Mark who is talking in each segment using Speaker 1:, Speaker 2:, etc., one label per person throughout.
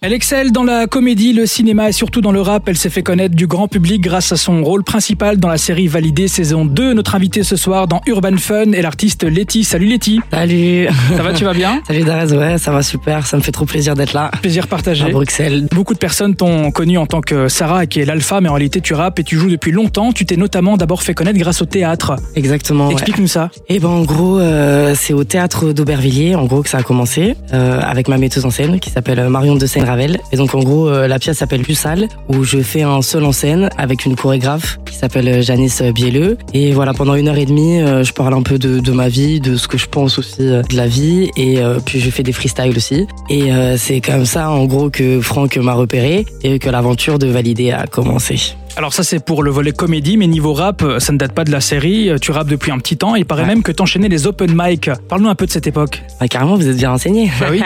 Speaker 1: Elle excelle dans la comédie, le cinéma et surtout dans le rap. Elle s'est fait connaître du grand public grâce à son rôle principal dans la série Validée saison 2. Notre invitée ce soir dans Urban Fun est l'artiste Letty. Salut Letty.
Speaker 2: Salut
Speaker 1: Ça va, tu vas bien
Speaker 2: Salut Darès, ouais, ça va super, ça me fait trop plaisir d'être là.
Speaker 1: Plaisir partagé.
Speaker 2: À Bruxelles.
Speaker 1: Beaucoup de personnes t'ont connu en tant que Sarah, qui est l'alpha, mais en réalité tu rappes et tu joues depuis longtemps. Tu t'es notamment d'abord fait connaître grâce au théâtre.
Speaker 2: Exactement. ouais.
Speaker 1: Explique-nous ça.
Speaker 2: Et ben en gros, euh, c'est au théâtre d'Aubervilliers, en gros, que ça a commencé, euh, avec ma metteuse en scène qui s'appelle Marion de Seine-Ravel. Et donc en gros, euh, la pièce s'appelle Lussal, où je fais un seul en scène avec une chorégraphe qui s'appelle euh, Janice Bielleux. Et voilà, pendant une heure et demie, euh, je parle un peu de, de ma vie, de ce que je pense aussi euh, de la vie, et euh, puis je fais des freestyles aussi. Et euh, c'est comme ça, en gros, que Franck m'a repéré et que l'aventure de Valider a commencé.
Speaker 1: Alors ça c'est pour le volet comédie, mais niveau rap, ça ne date pas de la série. Tu rappes depuis un petit temps. Il paraît
Speaker 2: Ouais.
Speaker 1: même que t'enchaînais les open mic. Parle-nous un peu de cette époque.
Speaker 2: Ah, carrément, vous êtes bien renseigné.
Speaker 1: Bah oui.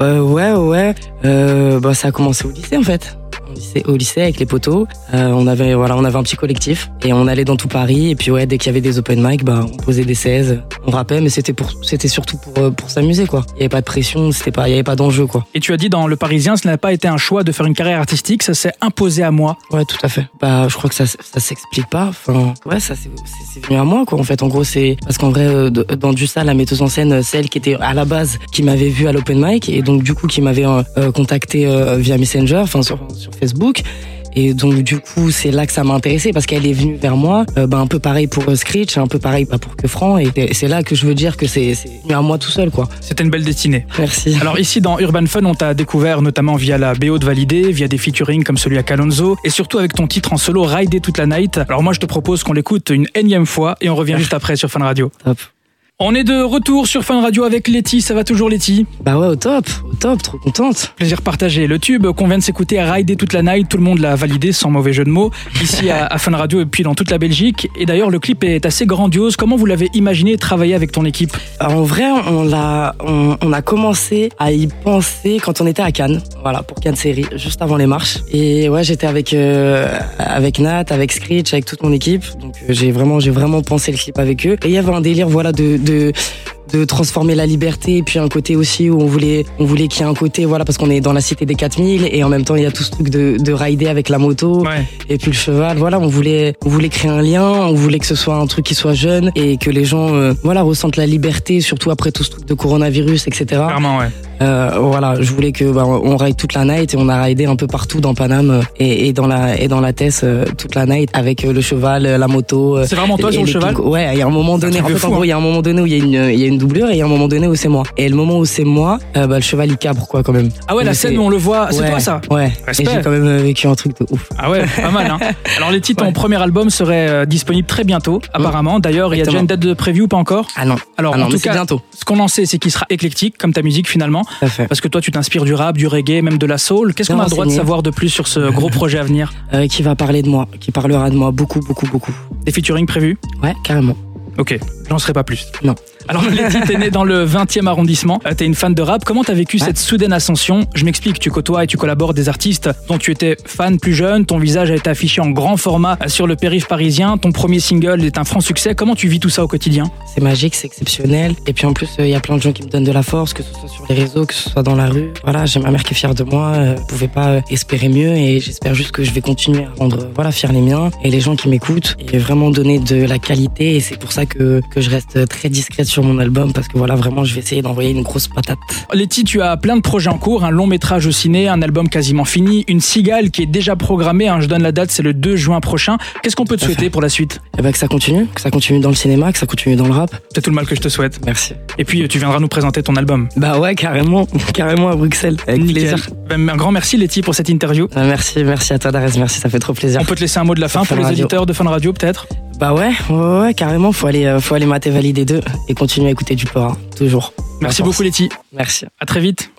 Speaker 2: Euh, ouais, ouais. Euh, bah, ça a commencé au lycée en fait. Au lycée- Au lycée avec les potos, Euh, on avait voilà, on avait un petit collectif et on allait dans tout Paris et puis ouais, dès qu'il y avait des open mic, bah on posait des 16, on rappait, mais c'était pour c'était surtout pour euh, pour s'amuser quoi. Il y avait pas de pression, c'était pas il y avait pas d'enjeu quoi.
Speaker 1: Et tu as dit dans Le Parisien, ce n'a pas été un choix de faire une carrière artistique, ça s'est imposé à moi.
Speaker 2: Ouais, tout à fait. Bah, je crois que ça, s- ça s'explique pas. Enfin, ouais, ça c'est c'est- c'est venu à moi, quoi. En fait, en gros, c'est parce qu'en vrai, euh, de- dans du ça, la metteuse en scène, euh, celle qui était à la base, qui m'avait vu à l'open mic, et donc du coup, qui m'avait euh, euh, contacté euh, via Messenger, enfin sur, sur Facebook. Et donc du coup c'est là que ça m'a intéressé parce qu'elle est venue vers moi, euh, bah, un peu pareil pour euh, Screech, un peu pareil bah, pour que Franck, et et c'est là que je veux dire que c'est c'est venu à moi tout seul quoi.
Speaker 1: C'était une belle destinée.
Speaker 2: Merci.
Speaker 1: Alors ici dans Urban Fun, on t'a découvert notamment via la BO de Validé, via des featuring comme celui à Calonzo, et surtout avec ton titre en solo Rider toute la night. Alors moi je te propose qu'on l'écoute une énième fois et on revient juste après sur Fun Radio.
Speaker 2: Top.
Speaker 1: On est de retour sur Fun Radio avec Letty, ça va toujours Letty
Speaker 2: Bah ouais au top, au top, trop contente.
Speaker 1: Plaisir partagé. Le tube qu'on vient de s'écouter à Rider toute la night, tout le monde l'a validé sans mauvais jeu de mots, ici à, à Fun Radio et puis dans toute la Belgique. Et d'ailleurs le clip est assez grandiose. Comment vous l'avez imaginé et travaillé avec ton équipe
Speaker 2: En vrai, on l'a, on, on a commencé à y penser quand on était à Cannes, voilà, pour Cannes Série, juste avant les marches. Et ouais, j'étais avec euh, avec Nat, avec Screech, avec toute mon équipe. Donc euh, j'ai vraiment, j'ai vraiment pensé le clip avec eux. Et il y avait un délire, voilà, de de de transformer la liberté et puis un côté aussi où on voulait on voulait qu'il y ait un côté voilà parce qu'on est dans la cité des 4000 et en même temps il y a tout ce truc de, de rider avec la moto
Speaker 1: Ouais.
Speaker 2: et puis le cheval voilà on voulait on voulait créer un lien on voulait que ce soit un truc qui soit jeune et que les gens euh, voilà ressentent la liberté surtout après tout ce truc de coronavirus etc
Speaker 1: Clairement, ouais.
Speaker 2: Euh, voilà je voulais que bah, on ride toute la night et on a ridé un peu partout dans Paname euh, et, et dans la et dans la Tesse euh, toute la night avec euh, le cheval euh, la moto euh,
Speaker 1: C'est vraiment toi
Speaker 2: et
Speaker 1: sur le
Speaker 2: les
Speaker 1: cheval Ah,
Speaker 2: pics- Ouais, il y a un moment
Speaker 1: C'est un
Speaker 2: donné. En
Speaker 1: truc de fou,
Speaker 2: fait,
Speaker 1: hein.
Speaker 2: en gros, il y a un moment donné où il y, a une- il y a une doublure et il y a un moment donné où c'est moi. Et le moment où c'est moi, euh, bah, le cheval il cabre quoi quand même.
Speaker 1: Ah ouais, la
Speaker 2: Mais
Speaker 1: scène
Speaker 2: c'est-
Speaker 1: où on le voit, c'est
Speaker 2: Ouais,
Speaker 1: toi ça
Speaker 2: Ouais.
Speaker 1: Respect.
Speaker 2: Et j'ai quand même euh, vécu un truc de ouf.
Speaker 1: Ah ouais, pas mal. Hein. Alors les titres,
Speaker 2: Ouais. Mmh.
Speaker 1: ton premier album serait euh, disponible très bientôt, apparemment. D'ailleurs, il y a déjà
Speaker 2: Exactement.
Speaker 1: une date de preview, pas encore.
Speaker 2: Ah non.
Speaker 1: Alors
Speaker 2: ah non,
Speaker 1: en
Speaker 2: mais
Speaker 1: tout
Speaker 2: c'est
Speaker 1: cas,
Speaker 2: bientôt.
Speaker 1: ce qu'on en sait, c'est qu'il sera éclectique, comme ta musique finalement,
Speaker 2: Tout à fait.
Speaker 1: parce que toi, tu t'inspires du rap, du reggae, même de la soul. Qu'est-ce
Speaker 2: Bien
Speaker 1: qu'on a le droit de
Speaker 2: renseigné.
Speaker 1: savoir de plus sur ce gros projet à venir
Speaker 2: Euh, qui va parler de moi, qui parlera de moi beaucoup, beaucoup, beaucoup.
Speaker 1: Des featuring prévus
Speaker 2: Ouais, carrément.
Speaker 1: Ok, j'en serai pas plus.
Speaker 2: Non.
Speaker 1: Alors Letty, t'es née dans le 20e arrondissement, Euh, t'es une fan de rap. Comment t'as vécu
Speaker 2: Ouais.
Speaker 1: cette soudaine ascension Je m'explique, tu côtoies et tu collabores des artistes dont tu étais fan plus jeune, ton visage a été affiché en grand format euh, sur le périph' parisien, ton premier single est un franc succès. Comment tu vis tout ça au quotidien
Speaker 2: C'est magique, c'est exceptionnel. Et puis en plus, euh, il y a plein de gens qui me donnent de la force, que ce soit sur les réseaux, que ce soit dans la rue. Voilà, j'ai ma mère qui est fière de moi. euh, Je pouvais pas euh, espérer mieux et j'espère juste que je vais continuer à rendre euh, voilà fiers les miens et les gens qui m'écoutent et vraiment donner de la qualité. Et c'est pour ça que que je reste très discrète sur mon album parce que voilà, vraiment, je vais essayer d'envoyer une grosse patate.
Speaker 1: Letty, tu as plein de projets en cours, un long métrage au ciné, un album quasiment fini, une cigale qui est déjà programmée, hein, je donne la date, c'est le 2 juin prochain. Qu'est-ce qu'on peut te
Speaker 2: Tout à fait.
Speaker 1: souhaiter pour la suite
Speaker 2: Et ben que ça continue, que ça continue dans le cinéma, que ça continue dans le rap.
Speaker 1: C'est tout le mal que je te souhaite.
Speaker 2: Merci.
Speaker 1: Et puis euh, tu viendras nous présenter ton album.
Speaker 2: Bah ouais, carrément, carrément à Bruxelles. Avec
Speaker 1: Nickel.
Speaker 2: plaisir.
Speaker 1: Ben, Un grand merci Letty pour cette interview.
Speaker 2: Ah, Merci, merci à toi Darès, merci, ça fait trop plaisir.
Speaker 1: On peut te laisser un mot de la
Speaker 2: Sur
Speaker 1: fin pour
Speaker 2: Fun
Speaker 1: les
Speaker 2: Radio.
Speaker 1: éditeurs de Fun Radio peut-être
Speaker 2: Bah ouais, ouais, ouais, ouais, carrément, faut aller, euh, faut aller mater valider deux et continuer à écouter du port, hein, toujours.
Speaker 1: Merci
Speaker 2: Force.
Speaker 1: beaucoup Letty.
Speaker 2: Merci.
Speaker 1: À très vite.